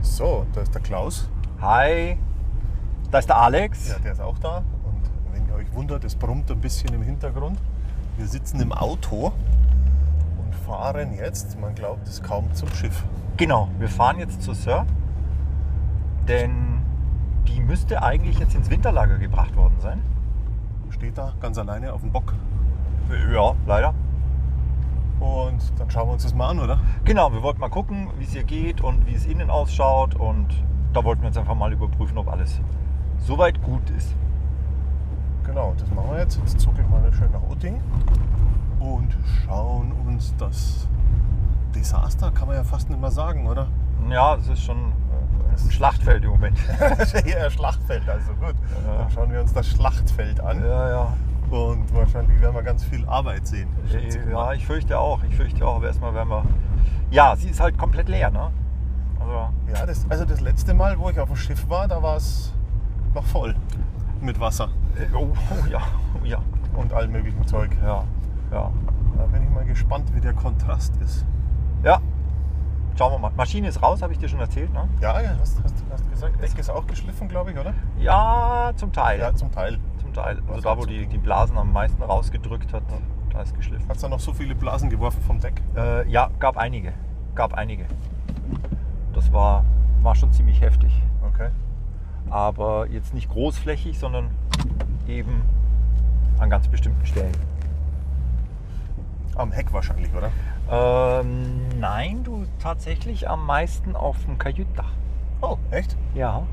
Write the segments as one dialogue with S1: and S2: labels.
S1: So, da ist der Klaus.
S2: Hi, da ist der Alex.
S1: Ja, der ist auch da. Und wenn ihr euch wundert, es brummt ein bisschen im Hintergrund. Wir sitzen im Auto und fahren jetzt, man glaubt es kaum, zum Schiff.
S2: Genau, wir fahren jetzt zu Sir, denn die müsste eigentlich jetzt ins Winterlager gebracht worden sein.
S1: Steht da ganz alleine auf dem Bock.
S2: Ja, leider.
S1: Und dann schauen wir uns das mal an, oder?
S2: Genau, wir wollten mal gucken, wie es hier geht und wie es innen ausschaut und da wollten wir jetzt einfach mal überprüfen, ob alles soweit gut ist.
S1: Genau, das machen wir jetzt. Jetzt zuckeln wir mal schön nach Utting und schauen uns das Desaster, kann man ja fast nicht mehr sagen, oder?
S2: Ja, es ist schon ein Schlachtfeld im Moment.
S1: Das ist eher ein Schlachtfeld, also gut.
S2: Ja.
S1: Dann schauen wir uns das Schlachtfeld an.
S2: Ja, ja.
S1: Und wahrscheinlich werden wir ganz viel Arbeit sehen. schätze ich
S2: Ja,
S1: mal.
S2: ich fürchte auch. Ich fürchte auch, aber erstmal werden wir. Ja, sie ist halt komplett leer, ne? Also,
S1: ja das, also das letzte Mal, wo ich auf dem Schiff war, da war es noch voll mit Wasser
S2: äh, oh, oh ja, oh ja.
S1: und allem möglichen Zeug.
S2: Ja, ja.
S1: Da bin ich mal gespannt, wie der Kontrast ist.
S2: Ja. Schauen wir mal. Maschine ist raus, habe ich dir schon erzählt, ne?
S1: Ja, ja hast, hast, hast gesagt, Deck ist auch geschliffen, glaube ich, oder?
S2: Ja, zum Teil.
S1: Ja, zum Teil.
S2: Zum Teil. Also
S1: Was
S2: da, wo
S1: hat's
S2: die,
S1: gegeben?
S2: die Blasen am meisten rausgedrückt hat, da ist geschliffen.
S1: Hat es da noch so viele Blasen geworfen vom Deck?
S2: Äh, ja, gab einige. Gab einige. Das war, war schon ziemlich heftig.
S1: Okay.
S2: Aber jetzt nicht großflächig, sondern eben an ganz bestimmten Stellen.
S1: Am Heck wahrscheinlich, oder?
S2: Ähm, nein, du tatsächlich am meisten auf dem Kajütdach.
S1: Oh, echt?
S2: Ja.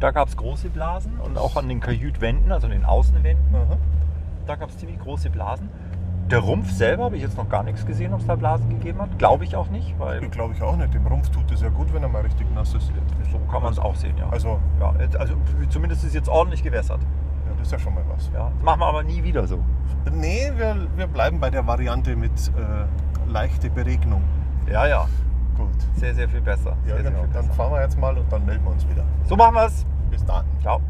S2: Da gab es große Blasen und auch an den Kajütwänden, also an den Außenwänden.
S1: Aha.
S2: Da gab es ziemlich große Blasen. Der Rumpf selber habe ich jetzt noch gar nichts gesehen, ob es da Blasen gegeben hat. Glaube ich auch nicht, weil
S1: Glaube ich auch nicht. Dem Rumpf tut es ja gut, wenn er mal richtig nass ist.
S2: so kann man es auch sehen, ja.
S1: Also,
S2: ja. jetzt- Also zumindest ist jetzt ordentlich gewässert.
S1: ja, das ist ja schon mal was.
S2: Ja. Das machen wir aber nie wieder so.
S1: Nee, wir, wir bleiben bei der Variante mit äh, leichte Beregnung.
S2: Ja, ja.
S1: Gut.
S2: Sehr, sehr viel besser.
S1: Ja,
S2: sehr,
S1: genau.
S2: sehr viel
S1: Dann
S2: besser.
S1: fahren wir jetzt mal und dann melden wir uns wieder.
S2: So machen wir es.
S1: Bis dann.
S2: Ciao.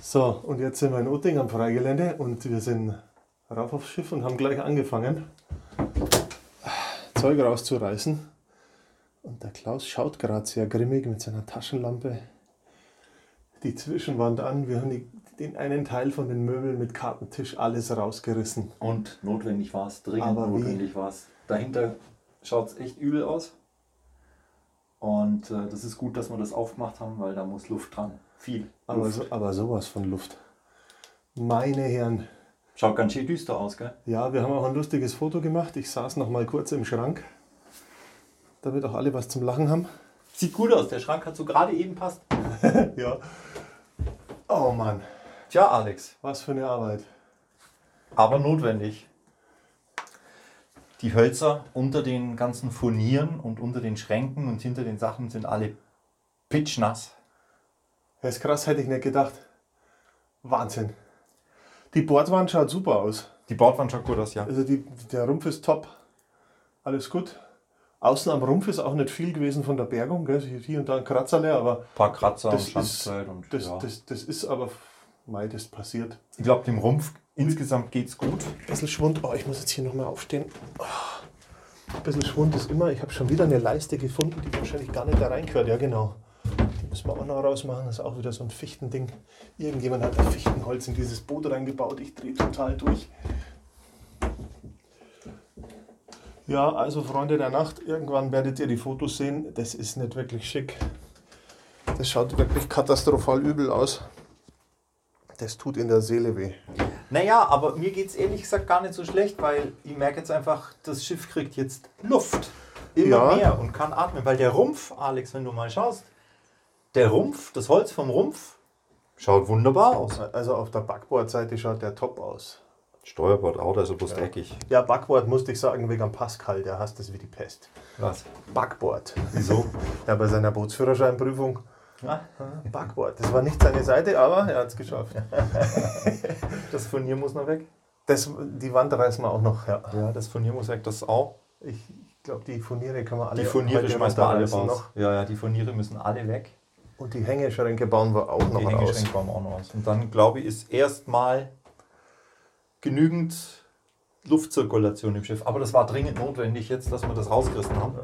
S1: So, und jetzt sind wir in Utting am Freigelände und wir sind rauf aufs Schiff und haben gleich angefangen, Zeug rauszureißen. Und der Klaus schaut gerade sehr grimmig mit seiner Taschenlampe die Zwischenwand an. Wir haben die, den einen Teil von den Möbeln mit Kartentisch alles rausgerissen.
S3: Und notwendig war es, dringend
S1: Aber wie?
S3: notwendig war es. Dahinter schaut es echt übel aus. Und äh, das ist gut, dass wir das aufgemacht haben, weil da muss Luft dran. Viel.
S1: Aber,
S3: Luft.
S1: so, aber sowas von Luft. Meine Herren.
S3: Schaut ganz schön düster aus, gell?
S1: Ja, wir haben auch ein lustiges Foto gemacht. Ich saß noch mal kurz im Schrank, damit auch alle was zum Lachen haben.
S3: Sieht gut aus, der Schrank hat so gerade eben passt.
S1: Ja. Oh Mann,
S3: Tja, Alex,
S1: was für eine Arbeit.
S3: aber notwendig. Die Hölzer unter den ganzen Furnieren und unter den Schränken und hinter den Sachen sind alle pitschnass.
S1: Das ist krass, hätte ich nicht gedacht. Wahnsinn. Die Bordwand schaut super aus.
S3: Die Bordwand schaut gut aus, ja.
S1: Also die, der Rumpf ist top. Alles gut. Außen am Rumpf ist auch nicht viel gewesen von der Bergung. Gell? Hier und da ein Kratzerle, aber
S3: Ein paar Kratzer
S1: das
S3: und
S1: ist,
S3: Schanzzeit und
S1: das,
S3: ja.
S1: das, das ist aber, mei, das passiert.
S3: Ich glaube, dem Rumpf insgesamt geht's gut.
S1: Ein bisschen Schwund. Oh, ich muss jetzt hier nochmal aufstehen. Oh, ein bisschen Schwund ist immer. Ich habe schon wieder eine Leiste gefunden, die wahrscheinlich gar nicht da reingehört. Ja, genau. Die müssen wir auch noch rausmachen. Das ist auch wieder so ein Fichtending. Irgendjemand hat Fichtenholz in dieses Boot reingebaut. Ich drehe total durch. Ja, also Freunde der Nacht, irgendwann werdet ihr die Fotos sehen. Das ist nicht wirklich schick. Das schaut wirklich katastrophal übel aus. Das tut in der Seele weh.
S3: Naja, aber mir geht es ehrlich gesagt gar nicht so schlecht, weil ich merke jetzt einfach, das Schiff kriegt jetzt Luft. Immer
S1: Ja.
S3: mehr und kann atmen. Weil der Rumpf, Alex, wenn du mal schaust, der Rumpf, das Holz vom Rumpf, schaut wunderbar aus.
S1: Also auf der Backbordseite schaut der top aus.
S2: Steuerbord auch, da ist er bloß dreckig.
S1: Ja, Backboard musste ich sagen wegen am Pascal, der hasst es wie die Pest.
S4: Was?
S1: Backboard.
S2: Wieso?
S1: Ja, bei seiner Bootsführerscheinprüfung.
S4: Ja.
S1: Backboard. Das war nicht seine Seite, aber er hat es geschafft.
S4: Das Furnier muss noch weg.
S1: Das, die Wand reißen wir auch noch. Ja.
S2: Ja, das Furnier muss weg, das auch.
S1: Ich, ich glaube, die Furniere können wir alle
S2: Die Furniere
S1: heute
S2: schmeißt man alle
S1: runterreißen
S2: raus. Ja, ja, die Furniere müssen alle weg.
S1: Und die Hängeschränke bauen wir auch noch
S2: Die
S1: raus.
S2: Hängeschränke bauen wir auch noch aus. Und dann, glaube ich, ist erstmal genügend Luftzirkulation im Schiff. Aber das war dringend notwendig jetzt, dass wir das rausgerissen haben.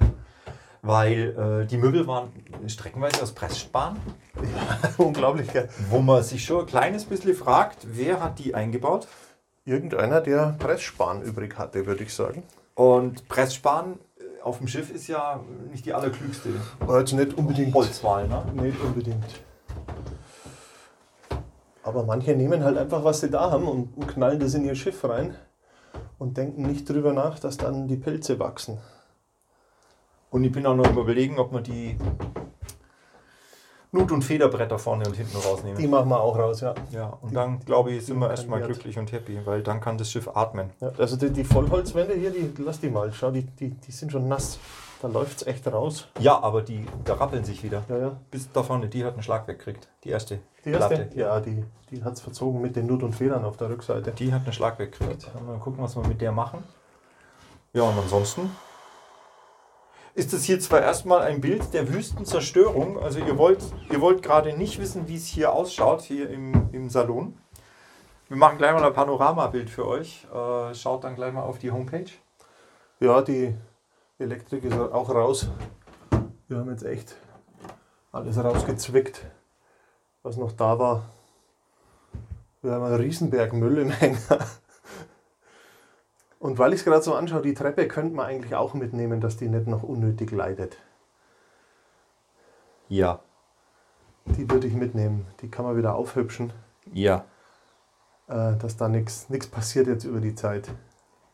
S2: Weil äh, die Möbel waren streckenweise aus Pressspan,
S1: Unglaublich, gell?
S2: wo man sich schon ein kleines bisschen fragt, wer hat die eingebaut?
S1: Irgendeiner, der Pressspan übrig hatte, würde ich sagen.
S2: Und Pressspan äh, auf dem Schiff ist ja nicht die allerklügste
S1: Aber jetzt nicht unbedingt.
S2: Holzwahl. Ne?
S1: Nicht unbedingt. Aber manche nehmen halt einfach, was sie da haben und, und knallen das in ihr Schiff rein und denken nicht drüber nach, dass dann die Pilze wachsen.
S2: Und ich bin auch noch überlegen, ob man die Nut- und Federbretter vorne und hinten rausnehmen.
S1: Die machen wir auch raus, ja.
S2: Ja, und dann glaube ich, sind wir
S1: kann
S2: erstmal
S1: Wert.
S2: glücklich und happy, weil dann kann das Schiff atmen.
S1: ja also die, die Vollholzwände hier, die, lass die mal, schau, die, die, die sind schon nass. Da läuft es echt raus.
S2: Ja, aber die, da rappeln sich wieder.
S1: Ja, ja.
S2: Bis da vorne, die hat einen Schlag wegkriegt. Die erste.
S1: Die erste?
S2: Platte.
S1: Ja, die, die hat es verzogen mit den Nut und Federn auf der Rückseite.
S2: Die hat einen Schlag wegkriegt. Dann mal gucken, was wir mit der machen. Ja, und ansonsten ist das hier zwar erstmal ein Bild der Wüstenzerstörung. Also ihr wollt, ihr wollt gerade nicht wissen, wie es hier ausschaut, hier im, im Salon. Wir machen gleich mal ein Panoramabild für euch. Äh, schaut dann gleich mal auf die Homepage.
S1: Ja, die Elektrik ist auch raus. Wir haben jetzt echt alles rausgezwickt, was noch da war. Wir haben einen Riesenberg Müll im Hänger. Und weil ich es gerade so anschaue, die Treppe könnte man eigentlich auch mitnehmen, dass die nicht noch unnötig leidet.
S2: Ja,
S1: Die würde ich mitnehmen. Die kann man wieder aufhübschen,
S2: ja,
S1: äh, dass da nichts passiert jetzt über die Zeit.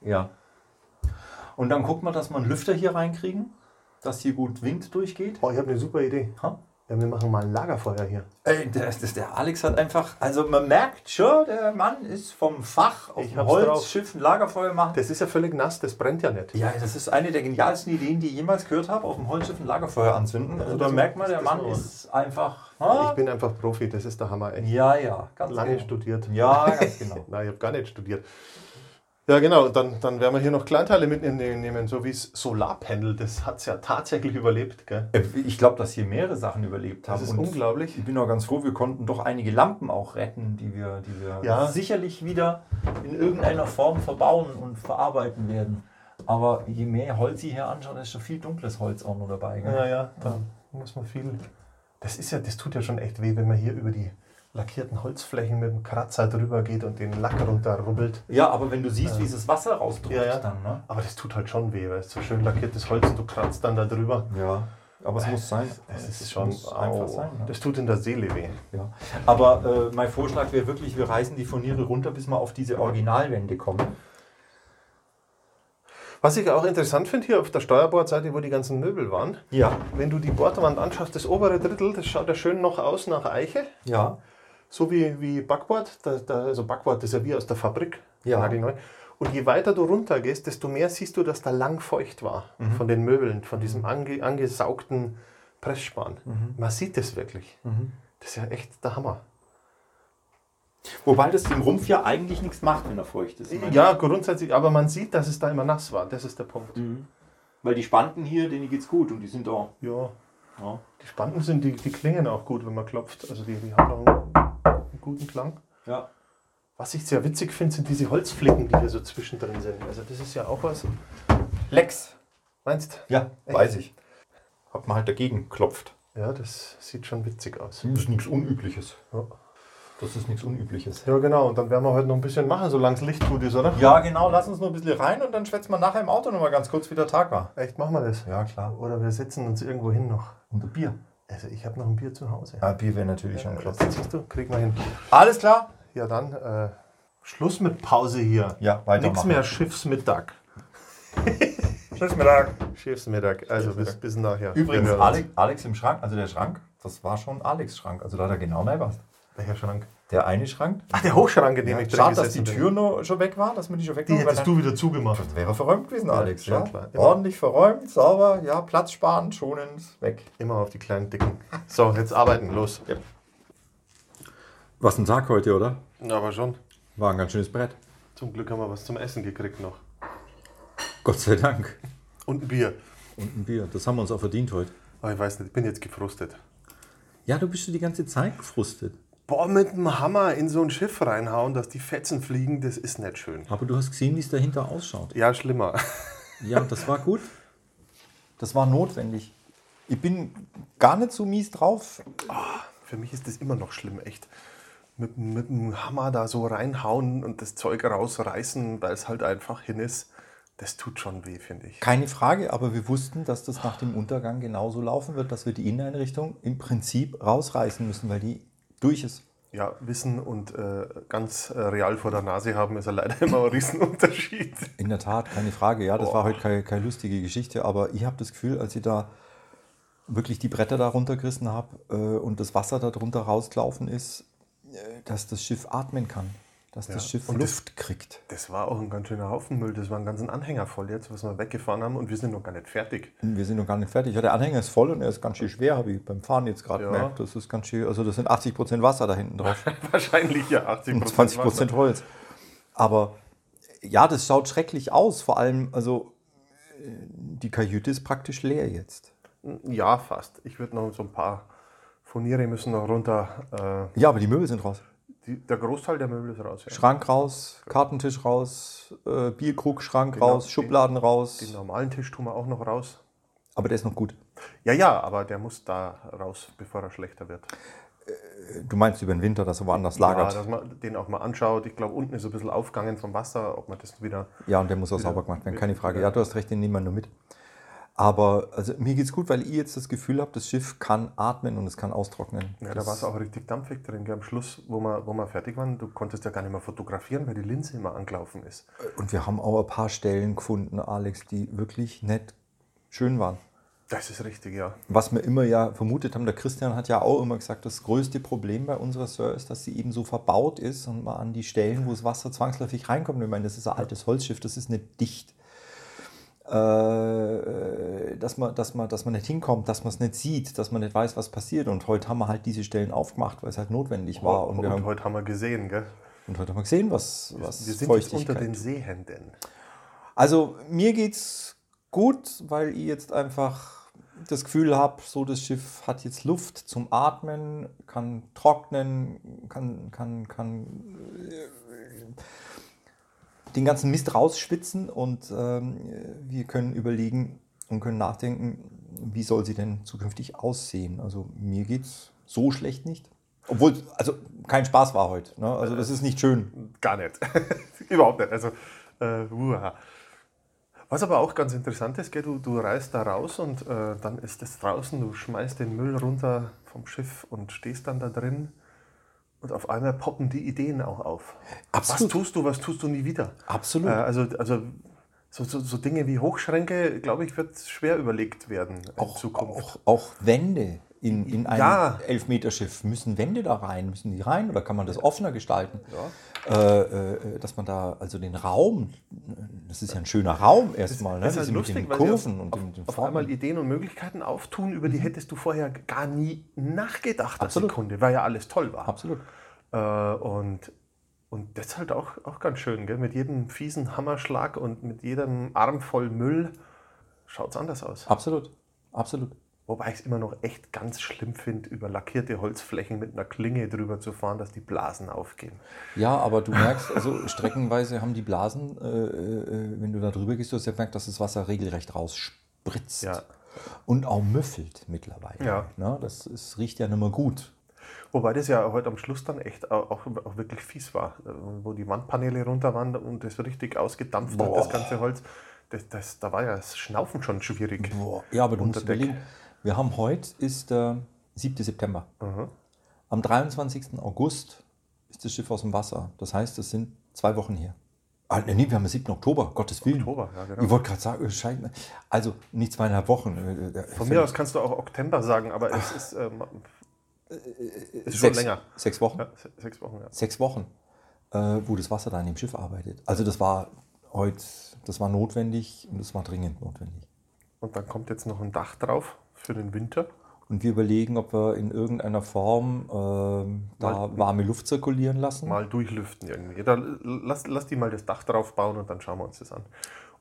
S2: ja. Und dann guckt man, dass wir einen Lüfter hier reinkriegen, dass hier gut Wind durchgeht.
S1: Oh, ich habe eine super Idee.
S2: Ha?
S1: Ja, wir machen mal ein Lagerfeuer hier.
S2: Ey, der, das, der Alex hat einfach, also man merkt schon, der Mann ist vom Fach auf
S1: Ich
S2: dem
S1: hab's drauf.
S2: Holzschiff ein Lagerfeuer machen.
S1: Das ist ja völlig nass, das brennt ja nicht.
S2: Ja, das ist eine der genialsten Ideen, die ich jemals gehört habe, auf dem Holzschiff ein Lagerfeuer anzünden. Also da
S1: das-
S2: merkt man, der
S1: das
S2: Mann
S1: machen wir.
S2: ist einfach. ha?
S1: Ich bin einfach Profi, das ist der Hammer, echt.
S2: ja, ja, ganz
S1: Lange
S2: genau.
S1: studiert.
S2: Ja, ganz genau.
S1: Nein, ich habe gar nicht studiert. Ja, genau, dann, dann werden wir hier noch Kleinteile mitnehmen, so wie das Solarpanel. Das hat es ja tatsächlich überlebt. Gell?
S2: Äh, Ich glaube, dass hier mehrere Sachen überlebt haben.
S1: Das ist
S2: und
S1: unglaublich.
S2: Ich bin auch ganz froh, wir konnten doch einige Lampen auch retten, die wir, die wir
S1: Ja.
S2: sicherlich wieder in irgendeiner Form verbauen und verarbeiten werden. Aber je mehr Holz sie hier anschauen, ist schon viel dunkles Holz auch noch dabei. Gell?
S1: Ja, ja, da muss man viel. Das ist ja, das tut ja schon echt weh, wenn man hier über die lackierten Holzflächen mit dem Kratzer halt drüber geht und den Lack runterrubbelt.
S2: Ja, aber wenn du siehst, wie es das Wasser rausdrückt,
S1: Ja, ja.
S2: dann, ne?
S1: Aber das tut halt schon weh, weil es so schön lackiertes Holz und du kratzt dann da drüber.
S2: Ja, aber es muss sein.
S1: Das ist
S2: Es
S1: schon
S2: muss einfach
S1: au.
S2: sein. Ne?
S1: Das tut in der Seele weh.
S2: Ja. Aber äh, mein Vorschlag wäre wirklich, wir reißen die Furniere runter, bis wir auf diese Originalwände kommen.
S1: Was ich auch interessant finde hier auf der Steuerbordseite, wo die ganzen Möbel waren,
S2: Ja,
S1: Wenn du die Bordwand anschaust, das obere Drittel, das schaut ja schön noch aus nach Eiche,
S2: ja,
S1: so wie, wie Backboard. Da, da, also Backboard ist ja wie aus der Fabrik,
S2: Ja.
S1: nagelneu. Und je weiter du runter gehst, desto mehr siehst du, dass da lang feucht war von den Möbeln, von diesem ange, angesaugten Pressspan. Man sieht das wirklich. Das ist ja echt der Hammer.
S2: Wobei das dem Rumpf ja eigentlich nichts macht, wenn er feucht ist. Ich meine,
S1: Ja, grundsätzlich, aber man sieht, dass es da immer nass war. Das ist der Punkt.
S2: Weil die Spanten hier, denen geht's gut und die sind da.
S1: Ja,
S2: Ja.
S1: die Spanten sind, die, die klingen auch gut, wenn man klopft. Also die, die haben auch einen, einen guten Klang.
S2: ja.
S1: Was ich sehr witzig finde, sind diese Holzflecken, die hier so zwischendrin sind. Also das ist ja auch was.
S2: Lex.
S1: Meinst du?
S2: Ja,
S1: Echt?
S2: weiß ich. Hat man halt dagegen geklopft.
S1: Ja, das sieht schon witzig aus.
S2: Das ist nichts Unübliches.
S1: Ja.
S2: Das ist nichts Unübliches.
S1: Ja genau, und dann werden wir heute noch ein bisschen machen, solange es Licht gut ist, oder?
S2: Ja, genau. Lass uns nur ein bisschen rein und dann schwätzen wir nachher im Auto nochmal ganz kurz, wie der Tag war.
S1: Echt, machen wir das.
S2: Ja, klar.
S1: Oder wir setzen uns irgendwo hin noch.
S2: Und ein Bier.
S1: Also ich habe noch ein Bier zu Hause.
S2: Ja, Bier wäre natürlich schon
S1: das
S2: klopfen.
S1: siehst du, krieg mal hin.
S2: Alles klar?
S1: Ja dann, äh, Schluss mit Pause hier.
S2: Ja, weitermachen.
S1: Nichts mehr Schiffsmittag.
S2: Tschüss, Mittag.
S1: Schiffsmittag, also bis,
S2: Schiffsmittag.
S1: bis nachher.
S2: Übrigens,
S1: Wir hören uns.
S2: Alex, Alex im Schrank, also der Schrank, das war schon Alex Schrank. Also da hat er genau rein passt.
S1: Welcher Schrank?
S2: Der eine Schrank.
S1: Ach, der Hochschrank, in dem ich drin
S2: Schade, dass die
S1: gesessen
S2: Tür
S1: bin.
S2: noch schon weg war, dass wir die schon weg
S1: Die
S2: waren, weil
S1: hättest
S2: dann-
S1: du wieder zugemacht.
S2: Wäre verräumt gewesen, Alex.
S1: schon
S2: Ja,
S1: klar. Ja.
S2: Ordentlich verräumt, sauber, ja, platzsparend, schonend, weg.
S1: Immer auf die kleinen Dicken. So, jetzt arbeiten, los.
S2: Was ein Tag heute, oder?
S1: Aber schon.
S2: War ein ganz schönes Brett.
S1: Zum Glück haben wir was zum Essen gekriegt noch.
S2: Gott sei Dank.
S1: Und ein Bier.
S2: Und ein Bier. Das haben wir uns auch verdient heute.
S1: Aber ich weiß nicht, ich bin jetzt gefrustet.
S2: Ja, du bist ja die ganze Zeit gefrustet.
S1: Boah, mit dem Hammer in so ein Schiff reinhauen, dass die Fetzen fliegen, das ist nicht schön.
S2: Aber du hast gesehen, wie es dahinter ausschaut.
S1: Ja, schlimmer.
S2: Ja, das war gut. Das war notwendig. Ich bin gar nicht so mies drauf.
S1: Für mich ist das immer noch schlimm, echt. Mit, mit dem Hammer da so reinhauen und das Zeug rausreißen, weil es halt einfach hin ist, das tut schon weh, finde ich.
S2: Keine Frage, aber wir wussten, dass das nach dem Untergang genauso laufen wird, dass wir die Inneneinrichtung im Prinzip rausreißen müssen, weil die durch ist.
S1: Ja, Wissen und äh, ganz äh, real vor der Nase haben ist ja leider immer ein Riesenunterschied.
S2: In der Tat, keine Frage. Ja, das war heute keine, keine lustige Geschichte, aber ich habe das Gefühl, als ich da wirklich die Bretter da runtergerissen habe äh, und das Wasser da drunter rausgelaufen ist, äh, dass das Schiff atmen kann, dass das Schiff
S1: und das-
S2: Luft kriegt.
S1: Das war auch ein ganz schöner Haufen Müll. Das war ein ganzen Anhänger voll jetzt, was wir weggefahren haben und wir sind noch gar nicht fertig.
S2: Und Wir sind noch gar nicht fertig. Ja, der Anhänger ist voll und er ist ganz schön schwer, habe ich beim Fahren jetzt gerade
S1: Ja.
S2: gemerkt. Das ist ganz schön, also das sind 80 Prozent Wasser da hinten drauf.
S1: Wahrscheinlich ja 80
S2: und 20 Prozent Holz. Aber ja, das schaut schrecklich aus. Vor allem, also äh, die Kajüte ist praktisch leer jetzt.
S1: Ja, fast. Ich würde noch so ein paar Furniere müssen noch runter.
S2: Ja, aber die Möbel sind raus.
S1: Äh, die, der Großteil der Möbel ist raus. Ja.
S2: Schrank raus, Kartentisch raus, äh, Bierkrugschrank raus,
S1: den-
S2: Schubladen raus.
S1: Den normalen Tisch tun wir auch noch raus.
S2: Aber der ist noch gut.
S1: Ja, ja, aber der muss da raus, bevor er schlechter wird.
S2: Du meinst über den Winter, dass er woanders
S1: Ja,
S2: lagert.
S1: dass man den auch mal anschaut. Ich glaube, unten ist ein bisschen aufgegangen vom Wasser, ob man das wieder.
S2: Ja, und der muss auch sauber gemacht werden, keine Frage. Ja, du hast recht, den nehmen wir nur mit. Aber also, mir geht's gut, weil ich jetzt das Gefühl habe, das Schiff kann atmen und es kann austrocknen.
S1: Ja, da
S2: Das-
S1: war es auch richtig dampfig drin. gell? Am Schluss, wo wir, wo wir fertig waren, du konntest ja gar nicht mehr fotografieren, weil die Linse immer angelaufen ist.
S2: und wir haben auch ein paar Stellen gefunden, Alex, die wirklich nett schön waren.
S1: Das ist richtig, ja.
S2: Was wir immer ja vermutet haben, der Christian hat ja auch immer gesagt, das größte Problem bei unserer Sir ist, dass sie eben so verbaut ist und mal an die Stellen, wo das Wasser zwangsläufig reinkommt. Ich meine, das ist ein altes Holzschiff, das ist nicht dicht. Äh, dass, man, dass, man, dass man nicht hinkommt, dass man es nicht sieht, dass man nicht weiß, was passiert. Und heute haben wir halt diese Stellen aufgemacht, weil es halt notwendig war. Und,
S1: Oh, und
S2: wir haben,
S1: heute haben wir gesehen, gell?
S2: und heute haben wir gesehen, was, was
S1: Wir sind jetzt
S2: Feuchtigkeit
S1: unter den Seehänden.
S2: also mir geht's gut, weil ich jetzt einfach das Gefühl habe, so das Schiff hat jetzt Luft zum Atmen, kann trocknen, kann, kann, kann äh, den ganzen Mist rausschwitzen und ähm, wir können überlegen und können nachdenken, wie soll sie denn zukünftig aussehen. Also mir geht's so schlecht nicht. Obwohl, also kein Spaß war heute. Ne? Also das ist nicht schön.
S1: Gar nicht. Überhaupt nicht. Also, äh, uah. Was aber auch ganz interessant ist, gell? Du, du reist da raus und äh, dann ist es draußen, du schmeißt den Müll runter vom Schiff und stehst dann da drin. Und auf einmal poppen die Ideen auch auf. Was
S2: Absolut.
S1: tust du, was tust du nie wieder?
S2: Absolut.
S1: Äh, also also so, so, so Dinge wie Hochschränke, glaube ich, wird schwer überlegt werden in
S2: auch,
S1: Zukunft.
S2: Auch, auch Wände in, in ein
S1: Ja.
S2: Elfmeterschiff. Müssen Wände da rein? Müssen die rein? Oder kann man das offener gestalten? Äh, äh, dass man da, also den Raum, das ist ja ein schöner Raum erstmal, ne?
S1: Das ist halt
S2: Diese
S1: lustig,
S2: mit den
S1: weil sie
S2: Kurven
S1: auf,
S2: und den, den
S1: auf einmal
S2: Formen.
S1: Ideen und Möglichkeiten auftun, über die hättest du vorher gar nie nachgedacht. als
S2: Absolut.
S1: Sekunde, weil ja alles toll war.
S2: Absolut.
S1: Äh, und, und das ist halt auch, auch ganz schön, gell? mit jedem fiesen Hammerschlag und mit jedem Arm voll Müll schaut es anders aus.
S2: Absolut. Absolut.
S1: Wobei ich es immer noch echt ganz schlimm finde, über lackierte Holzflächen mit einer Klinge drüber zu fahren, dass die Blasen aufgehen.
S2: Ja, aber du merkst, also streckenweise haben die Blasen, äh, äh, wenn du da drüber gehst, du hast ja gemerkt, dass das Wasser regelrecht rausspritzt.
S1: Ja.
S2: Und auch müffelt mittlerweile.
S1: Ja.
S2: Ne? Das ist, riecht ja nicht mehr gut.
S1: Wobei das ja heute am Schluss dann echt au- auch, auch wirklich fies war, äh, wo die Wandpaneele runter waren und das richtig ausgedampft hat, das ganze Holz. Das, das, da war ja das Schnaufen schon schwierig.
S2: Ja, aber du musst
S1: Unter Deck.
S2: überlegen, wir haben heute ist der 7. September.
S1: Mhm.
S2: Am 23. August ist das Schiff aus dem Wasser. Das heißt, es sind zwei Wochen her. Ah, nee, nee, wir haben den 7. Oktober, Gottes Willen.
S1: Oktober, ja, genau.
S2: Ich wollte gerade sagen, äh, scheiße. Also nicht zweieinhalb Wochen. äh, äh,
S1: Von mir aus kannst du auch Oktober sagen, aber es ist, ähm, Ist
S2: sechs,
S1: schon länger.
S2: Sechs Wochen.
S1: Ja, se- sechs Wochen, ja.
S2: Sechs Wochen, äh, wo das Wasser da in dem Schiff arbeitet. Also das war heute, das war notwendig und das war dringend notwendig.
S1: Und dann kommt jetzt noch ein Dach drauf für den Winter.
S2: Und wir überlegen, ob wir in irgendeiner Form ähm, da warme Luft zirkulieren lassen.
S1: Mal durchlüften irgendwie. Da, lass, lass die mal das Dach drauf bauen und dann schauen wir uns das an.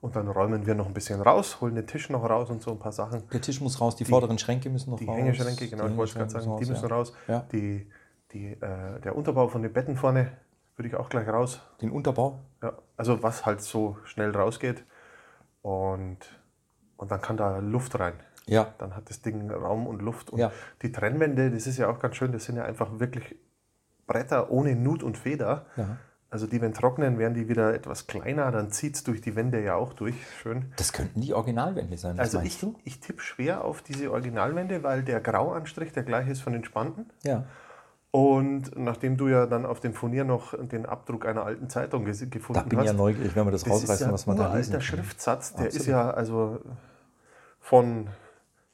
S1: Und dann räumen wir noch ein bisschen raus, holen den Tisch noch raus und so ein paar Sachen.
S2: Der Tisch muss raus, die, vorderen Schränke müssen noch
S1: Die
S2: raus.
S1: Hängeschränke, genau,
S2: die
S1: ich wollte gerade
S2: Hängeschränke
S1: sagen, die müssen
S2: raus.
S1: raus.
S2: Ja.
S1: Die, die, äh, der Unterbau von den Betten vorne würde ich auch gleich raus.
S2: ja. Den Unterbau.
S1: Ja, also was halt so schnell rausgeht. Und, und dann kann da Luft rein.
S2: Ja,
S1: Dann hat das Ding Raum und Luft. Und
S2: Ja.
S1: die Trennwände, das ist ja auch ganz schön, das sind ja einfach wirklich Bretter ohne Nut und Feder.
S2: Ja.
S1: Also die, wenn trocknen, werden die wieder etwas kleiner, dann zieht es durch die Wände ja auch durch. Schön.
S2: das könnten die Originalwände sein. Was
S1: Also
S2: meinst
S1: ich,
S2: du?
S1: ich tippe schwer auf diese Originalwände, weil der Grauanstrich der gleiche ist von den Spanten.
S2: Ja.
S1: Und nachdem du ja dann auf dem Furnier noch den Abdruck einer alten Zeitung ges- gefunden
S2: Da bin ich
S1: hast,
S2: ja neugierig, wenn wir das,
S1: das ist
S2: rausreißen,
S1: ja
S2: was man da lesen
S1: uralter
S2: kann.
S1: Schriftsatz, der ist
S2: Absolut.
S1: ja also von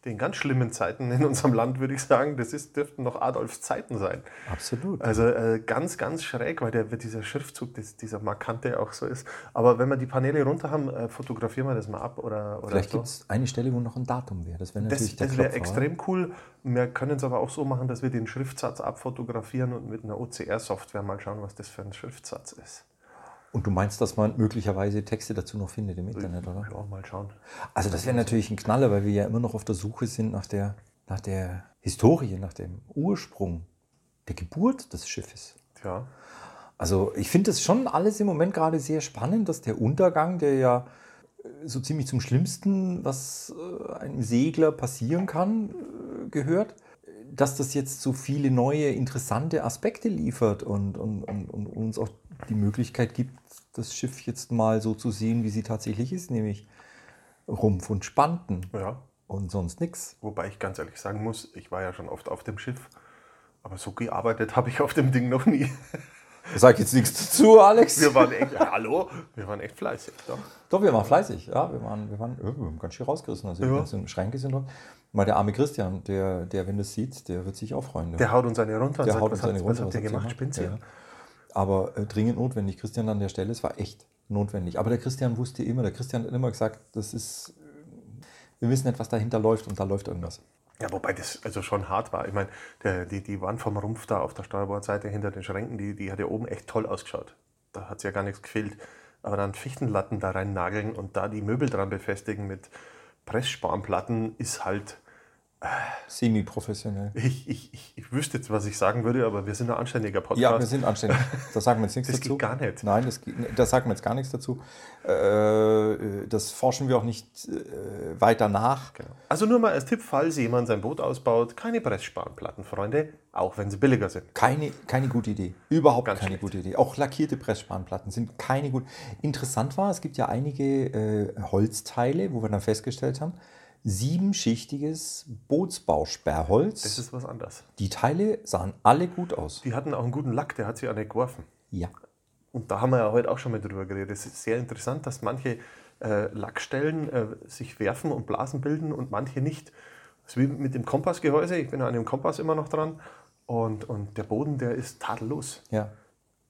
S1: den ganz schlimmen Zeiten in unserem Land, würde ich sagen, das ist, dürften noch Adolfs Zeiten sein.
S2: Absolut.
S1: Also äh, ganz, ganz schräg, weil der, dieser Schriftzug, das, dieser markante auch so ist. Aber wenn wir die Paneele runter haben, äh, fotografieren wir das mal ab oder, oder
S2: Vielleicht
S1: so.
S2: gibt es eine Stelle, wo noch ein Datum wäre. Das wäre natürlich
S1: Das,
S2: der
S1: das wäre
S2: Klopfer.
S1: extrem cool. Wir können es aber auch so machen, dass wir den Schriftsatz abfotografieren und mit einer OCR-Software mal schauen, was das für ein Schriftsatz ist.
S2: Und du meinst, dass man möglicherweise Texte dazu noch findet im Internet, oder?
S1: Ja, mal schauen.
S2: Also das wäre natürlich ein Knaller, weil wir ja immer noch auf der Suche sind nach der, nach der Historie, nach dem Ursprung, der Geburt des Schiffes.
S1: Tja.
S2: Also ich finde das schon alles im Moment gerade sehr spannend, dass der Untergang, der ja äh, so ziemlich zum Schlimmsten, was äh, einem Segler passieren kann, äh, gehört, dass das jetzt so viele neue, interessante Aspekte liefert und, und, und, und uns auch die Möglichkeit gibt, das Schiff jetzt mal so zu sehen, wie sie tatsächlich ist, nämlich Rumpf und Spanten
S1: Ja.
S2: und sonst nichts.
S1: Wobei ich ganz ehrlich sagen muss, ich war ja schon oft auf dem Schiff, aber so gearbeitet habe ich auf dem Ding noch nie.
S2: Sag jetzt nichts dazu, Alex.
S1: Wir waren echt, hallo, wir waren echt fleißig. Doch.
S2: Doch, wir waren fleißig, ja. Wir waren, wir waren, ja, wir haben ganz schön rausgerissen. Also die
S1: Ja.
S2: ganzen Schränke sind noch. Mal der arme Christian, der, der, wenn das sieht, der wird sich auch freuen. ne?
S1: Der haut uns eine runter. und
S2: Der
S1: sagt,
S2: haut
S1: was
S2: uns eine
S1: habt-
S2: runter.
S1: Was habt ihr gemacht? Spinnt ihr?
S2: Ja. Aber äh, dringend notwendig. Christian an der Stelle, es war echt notwendig. Aber der Christian wusste immer, der Christian hat immer gesagt, das ist, äh, wir wissen nicht, was dahinter läuft und da läuft irgendwas.
S1: Ja, wobei das also schon hart war. Ich meine, der, die, die Wand vom Rumpf da auf der Steuerbordseite hinter den Schränken, die, die hat ja oben echt toll ausgeschaut. Da hat es ja gar nichts gefehlt. Aber dann Fichtenlatten da rein nageln und da die Möbel dran befestigen mit Pressspanplatten ist halt.
S2: Semi-professionell.
S1: Ich, ich, ich, ich wüsste jetzt, was ich sagen würde, aber wir sind ein anständiger Podcast.
S2: Ja, wir sind anständig. Da sagen wir jetzt nichts
S1: Das geht
S2: dazu.
S1: gar nicht.
S2: Nein, das, geht- nee, da sagen wir jetzt gar nichts dazu. Äh, das forschen wir auch nicht äh, weiter nach.
S1: Genau. Also nur mal als Tipp, falls jemand sein Boot ausbaut, keine Pressspanplatten, Freunde, auch wenn sie billiger sind.
S2: Keine, keine gute Idee. Überhaupt
S1: Ganz
S2: keine
S1: schlecht.
S2: gute Idee. Auch lackierte Pressspanplatten sind keine gute. Interessant war, es gibt ja einige äh, Holzteile, wo wir dann festgestellt haben, siebenschichtiges
S1: Das
S2: Bootsbausperrholz.
S1: ist was anderes.
S2: Die Teile sahen alle gut aus.
S1: Die hatten auch einen guten Lack, der hat sie alle geworfen.
S2: Ja.
S1: Und da haben wir ja heute auch schon mal drüber geredet. Es ist sehr interessant, dass manche äh, Lackstellen äh, sich werfen und Blasen bilden und manche nicht. Das ist wie mit dem Kompassgehäuse. Ich bin ja an dem Kompass immer noch dran. Und, und der Boden, der ist tadellos.
S2: Ja.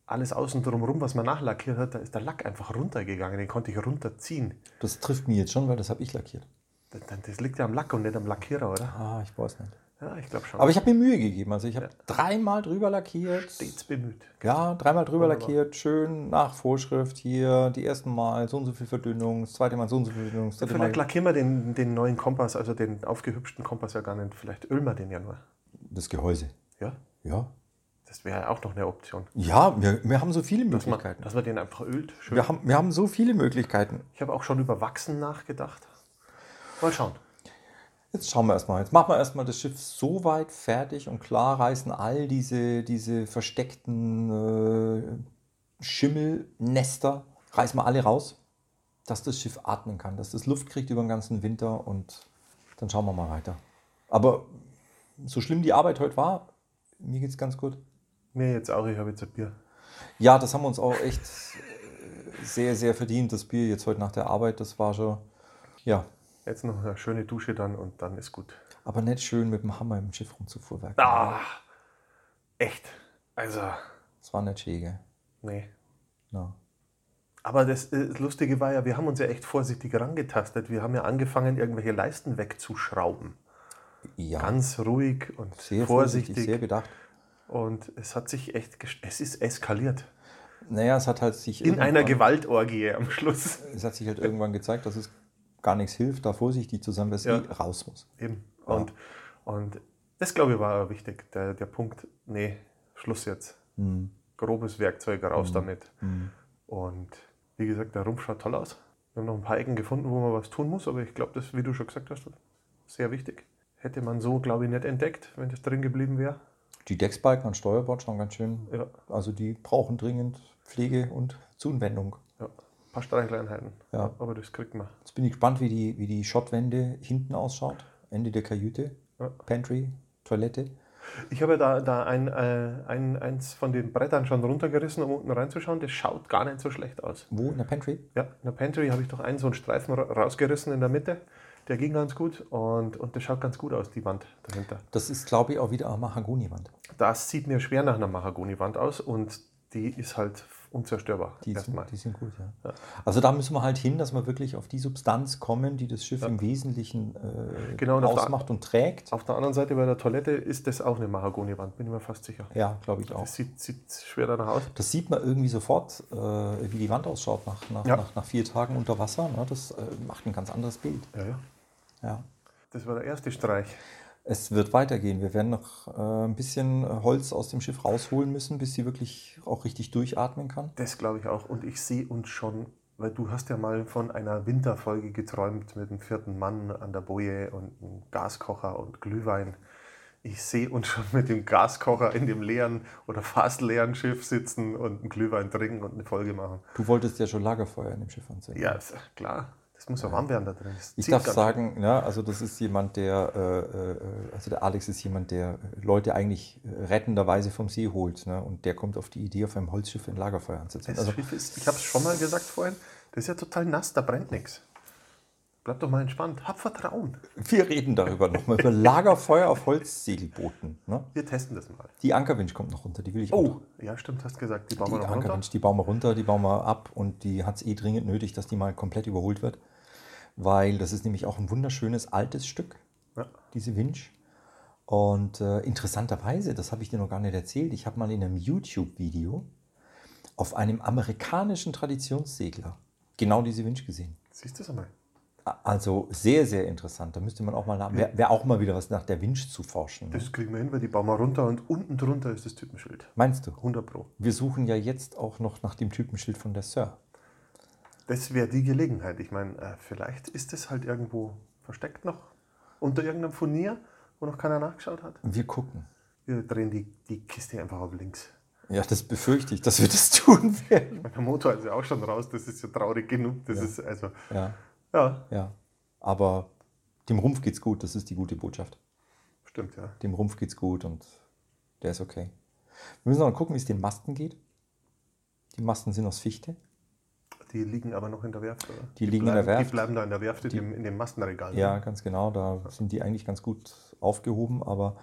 S1: Alles außen drumherum, was man nachlackiert hat, da ist der Lack einfach runtergegangen. Den konnte ich runterziehen.
S2: Das trifft mich jetzt schon, weil das habe ich lackiert.
S1: Das, das liegt ja am Lack und nicht am Lackierer, oder?
S2: Ah, ich weiß nicht.
S1: Ja, ich glaube schon.
S2: Aber ich habe mir Mühe gegeben. Also ich habe dreimal drüber lackiert.
S1: stets bemüht.
S2: Ja, dreimal drüber lackiert, schön nach Vorschrift hier. Die ersten Mal so und so viel Verdünnung, das zweite Mal so und so viel Verdünnung, das dritte Mal.
S1: Vielleicht lackieren wir den, den neuen Kompass, also den aufgehübschten Kompass ja gar nicht. Vielleicht ölen wir den ja nur.
S2: Das Gehäuse.
S1: Ja,
S2: Ja.
S1: das wäre ja auch noch eine Option.
S2: Ja, wir, wir haben so viele
S1: Dass man,
S2: Möglichkeiten.
S1: dass man den einfach ölt. Schön.
S2: Wir haben, wir haben so viele Möglichkeiten.
S1: Ich habe auch schon über Wachsen nachgedacht. Mal schauen.
S2: Jetzt schauen wir erstmal. Jetzt machen wir erstmal das Schiff so weit fertig und klar reißen all diese, diese versteckten äh, Schimmelnester, reißen wir alle raus, dass das Schiff atmen kann, dass das Luft kriegt über den ganzen Winter und dann schauen wir mal weiter. Aber so schlimm die Arbeit heute war, mir geht's ganz gut.
S1: Mir jetzt auch, ich habe jetzt ein Bier.
S2: Ja, das haben wir uns auch echt äh, sehr, sehr verdient, das Bier jetzt heute nach der Arbeit. Das war schon, ja,
S1: Jetzt noch eine schöne Dusche dann und dann ist gut.
S2: aber nicht schön mit dem Hammer im Schiff rumzufuhrwerken.
S1: Ah, Echt. Also,
S2: Das war nicht schäge.
S1: nee.
S2: Ja.
S1: Aber das, äh, das Lustige war ja, wir haben uns ja echt vorsichtig rangetastet. Wir haben ja angefangen, irgendwelche Leisten wegzuschrauben.
S2: ja.
S1: Ganz ruhig und
S2: sehr vorsichtig,
S1: vorsichtig.
S2: sehr bedacht.
S1: und es hat sich echt, gest- es ist eskaliert.
S2: Naja, es hat halt sich
S1: In einer
S2: irgendwann-
S1: Gewaltorgie am Schluss.
S2: Es hat sich halt irgendwann gezeigt, dass es gar nichts hilft, da vorsichtig zu sein, weil es
S1: Ja.
S2: nie raus muss.
S1: Eben. Und, und das, glaube ich, war wichtig. Der, der Punkt, nee, Schluss jetzt.
S2: Hm.
S1: Grobes Werkzeug, raus damit.
S2: Hm.
S1: Und wie gesagt, der Rumpf schaut toll aus. Wir haben noch ein paar Ecken gefunden, wo man was tun muss, aber ich glaube, das, wie du schon gesagt hast, sehr wichtig. Hätte man so, glaube ich, nicht entdeckt, wenn das drin geblieben wäre.
S2: Die Decksbalken an Steuerbord schauen ganz schön.
S1: Ja.
S2: Also die brauchen dringend Pflege und Zuwendung.
S1: Ja, ein paar Streichleinheiten.
S2: Ja.
S1: Aber das kriegt man.
S2: Jetzt bin ich gespannt, wie die, wie die Schottwände hinten ausschaut. Ende der Kajüte,
S1: Ja.
S2: Pantry, Toilette.
S1: Ich habe da, da ein, äh, ein, eins von den Brettern schon runtergerissen, um unten reinzuschauen. Das schaut gar nicht so schlecht aus.
S2: Wo? In der Pantry?
S1: Ja, in der Pantry habe ich doch einen so einen Streifen ra- rausgerissen in der Mitte. Der ging ganz gut und, und das schaut ganz gut aus, die Wand dahinter.
S2: Das ist, glaube ich, auch wieder eine Mahagoniwand.
S1: Das sieht mir schwer nach einer Mahagoni-Wand aus und die ist halt unzerstörbar.
S2: Die, sind-
S1: erstmal.
S2: die sind gut, ja. Also da müssen wir halt hin, dass wir wirklich auf die Substanz kommen, die das Schiff im Wesentlichen äh,
S1: Genau, und auf der-
S2: ausmacht und trägt.
S1: Auf der anderen Seite bei der Toilette ist das auch eine Mahagoni-Wand, bin ich mir fast sicher.
S2: Ja, glaube ich auch.
S1: Das sieht, sieht schwer danach aus.
S2: Das sieht man irgendwie sofort, äh, wie die Wand ausschaut nach, nach,
S1: Ja.
S2: nach, nach vier Tagen unter Wasser. Ne? Das äh, macht ein ganz anderes Bild.
S1: Ja, ja.
S2: Ja.
S1: Das war der erste Streich.
S2: Es wird weitergehen. Wir werden noch äh, ein bisschen Holz aus dem Schiff rausholen müssen, bis sie wirklich auch richtig durchatmen kann.
S1: Das glaube ich auch. Und ich sehe uns schon, weil du hast ja mal von einer Winterfolge geträumt mit einem vierten Mann an der Boje und einem Gaskocher und Glühwein. Ich sehe uns schon mit dem Gaskocher in dem leeren oder fast leeren Schiff sitzen und einen Glühwein trinken und eine Folge machen.
S2: Du wolltest ja schon Lagerfeuer in dem Schiff anzünden.
S1: Ja, ist ja klar. Das muss ja warm werden da drin. Das
S2: Ich
S1: zieht
S2: darf
S1: ganz-
S2: sagen, ja, also das ist jemand, der, äh, äh, also der Alex ist jemand, der Leute eigentlich äh, rettenderweise vom See holt. Ne? Und der kommt auf die Idee, auf einem Holzschiff ein Lagerfeuer anzuzünden.
S1: Das
S2: Also
S1: Schiff ist, ich habe es schon mal gesagt vorhin, das ist ja total nass, da brennt nichts. Bleib doch mal entspannt. Hab Vertrauen.
S2: Also, wir reden darüber nochmal, über Lagerfeuer auf Holzsegelbooten. Ne?
S1: Wir testen das mal.
S2: Die Ankerwinch kommt noch runter, die will ich auch.
S1: Ja, stimmt, hast gesagt. Die bauen
S2: Oh. Die
S1: wir noch mal runter.
S2: Ankerwinch, die bauen wir runter, die bauen wir ab und die hat es eh dringend nötig, dass die mal komplett überholt wird. Weil das ist nämlich auch ein wunderschönes altes Stück,
S1: Ja.
S2: diese Winch. Und äh, interessanterweise, das habe ich dir noch gar nicht erzählt, ich habe mal in einem YouTube-Video auf einem amerikanischen Traditionssegler genau diese Winch gesehen.
S1: Siehst du es einmal?
S2: A- Also sehr, sehr interessant. Da müsste man auch mal nach, wäre wär auch mal wieder was nach der Winch zu forschen. Ne?
S1: Das kriegen wir hin, weil die bauen wir runter und unten drunter ist das Typenschild.
S2: Meinst du?
S1: 100 Pro.
S2: Wir suchen ja jetzt auch noch nach dem Typenschild von der Sir.
S1: Das wäre die Gelegenheit. Ich meine, äh, vielleicht ist es halt irgendwo versteckt noch unter irgendeinem Furnier, wo noch keiner nachgeschaut hat.
S2: Wir gucken.
S1: Wir drehen die, die Kiste einfach auf links.
S2: Ja, das befürchte ich, dass wir das tun werden.
S1: Der Motor ist ja auch schon raus, das ist ja traurig genug. Das ist also,
S2: Ja,
S1: ja,
S2: ja. Aber dem Rumpf geht's gut, das ist die gute Botschaft.
S1: stimmt, ja.
S2: Dem Rumpf geht's gut und der ist okay. Wir müssen noch mal gucken, wie es den Masten geht. Die Masten sind aus Fichte.
S1: Die liegen aber noch in der Werft, oder?
S2: Die liegen in der
S1: bleiben-
S2: Werft.
S1: Die bleiben da in der Werft, in dem, in dem Massenregal. ne?
S2: Ja, ganz genau, da sind die eigentlich ganz gut aufgehoben, aber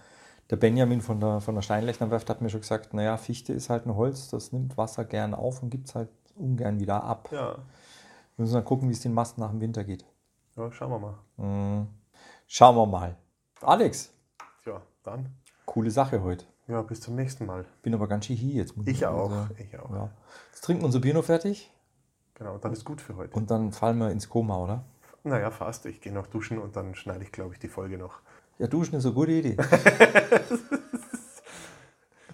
S2: der Benjamin von der, von der Steinlechner Werft hat mir schon gesagt, naja, Fichte ist halt ein Holz, das nimmt Wasser gern auf und gibt es halt ungern wieder ab.
S1: ja.
S2: Wir müssen dann gucken, wie es den Masten nach dem Winter geht.
S1: Ja, schauen wir mal.
S2: Hm. Schauen wir mal. Alex,
S1: Ja, dann.
S2: coole Sache heute.
S1: Ja, bis zum nächsten Mal.
S2: bin aber ganz schön hier jetzt. muss
S1: Ich
S2: mal
S1: auch,
S2: sagen.
S1: ich auch.
S2: Ja. Jetzt trinken wir unser Bier noch fertig
S1: Genau, dann ist gut für heute.
S2: und dann fallen wir ins Koma, oder?
S1: Naja, fast. Ich gehe noch duschen und dann schneide ich, glaube ich, die Folge noch.
S2: Ja, duschen ist eine gute Idee.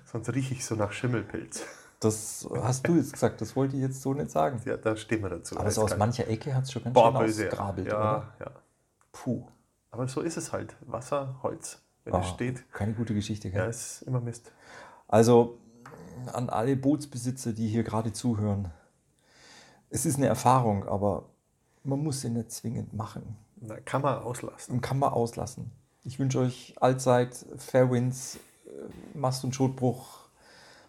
S1: Sonst rieche ich so nach Schimmelpilz.
S2: Das hast du jetzt gesagt, das wollte ich jetzt so nicht sagen.
S1: Ja, da stehen wir dazu.
S2: Aber so aus mancher Ecke hat es schon ganz
S1: Boah,
S2: schön
S1: böse.
S2: ausgegrabelt, oder?
S1: Ja, ja.
S2: Puh.
S1: Aber so ist es halt. Wasser, Holz, wenn
S2: Ah,
S1: es steht.
S2: Keine gute Geschichte,
S1: Ja,
S2: gell?
S1: es ist immer Mist.
S2: Also an alle Bootsbesitzer, die hier gerade zuhören. Es ist eine Erfahrung, aber man muss sie nicht zwingend machen.
S1: Na, kann man auslassen.
S2: und kann man auslassen. Ich wünsche euch allzeit Fairwinds, äh, Mast- und Schotbruch,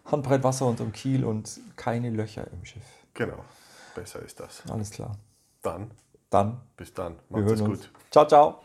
S2: Handbreit Wasser unterm Kiel und keine Löcher im Schiff.
S1: Genau. Besser ist das.
S2: Alles klar.
S1: Dann,
S2: Dann,
S1: bis dann.
S2: wir
S1: Macht es
S2: hören
S1: gut.
S2: uns. Ciao, ciao.